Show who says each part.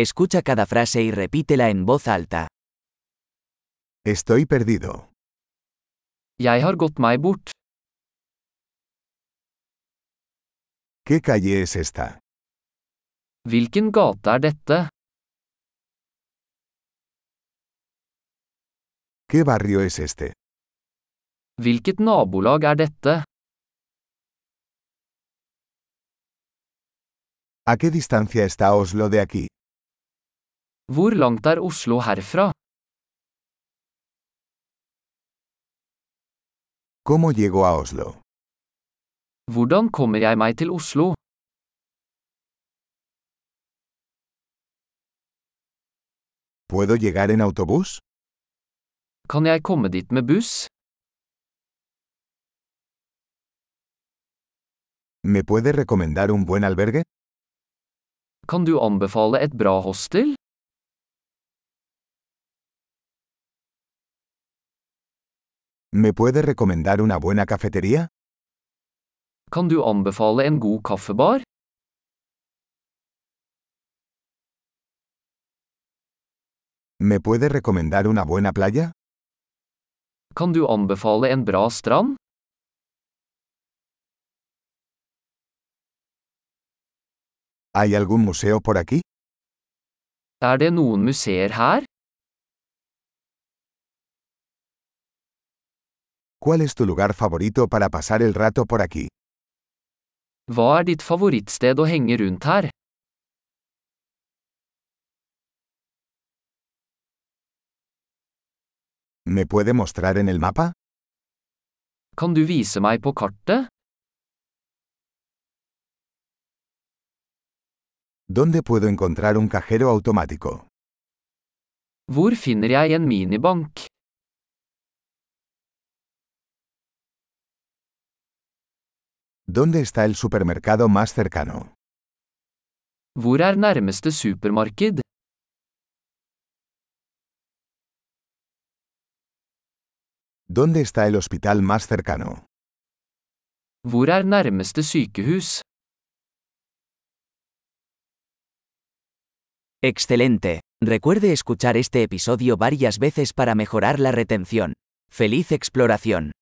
Speaker 1: Escucha cada frase y repítela en voz alta.
Speaker 2: Estoy perdido.
Speaker 3: Jeg har gått meg bort.
Speaker 2: ¿Qué calle es esta?
Speaker 3: Hvilken gate er dette?
Speaker 2: ¿Qué barrio es este?
Speaker 3: Hvilket nabolag er dette?
Speaker 2: ¿A qué distancia está Oslo de aquí?
Speaker 3: Hvor langt er Oslo herfra?
Speaker 2: ¿Cómo llego a Oslo?
Speaker 3: Hvordan kommer jeg meg til Oslo?
Speaker 2: ¿Puedo llegar en autobús?
Speaker 3: Kan jeg komme dit med buss?
Speaker 2: ¿Me puede recomendar un buen albergue?
Speaker 3: Kan du anbefale et bra hostel?
Speaker 2: ¿Me puede recomendar una buena cafetería?
Speaker 3: Kan du anbefale en god kaffebar?
Speaker 2: ¿Me puede recomendar una buena playa?
Speaker 3: Kan du anbefale en bra strand?
Speaker 2: ¿Hay algún museo por aquí?
Speaker 3: Er det noen museer her?
Speaker 2: ¿Cuál es tu lugar favorito para pasar el rato por aquí?
Speaker 3: Hva er ditt favorittsted å henge rundt her?
Speaker 2: ¿Me puede mostrar en el mapa?
Speaker 3: Kan du vise meg på kartet?
Speaker 2: ¿Dónde puedo encontrar un cajero automático?
Speaker 3: Hvor finner jeg en minibank?
Speaker 2: ¿Dónde está el supermercado más cercano?
Speaker 3: Hvor er nærmeste supermarked?
Speaker 2: ¿Dónde está el hospital más cercano?
Speaker 3: Hvor er nærmeste sykehus?
Speaker 1: Excelente. Recuerde escuchar este episodio varias veces para mejorar la retención. ¡Feliz exploración!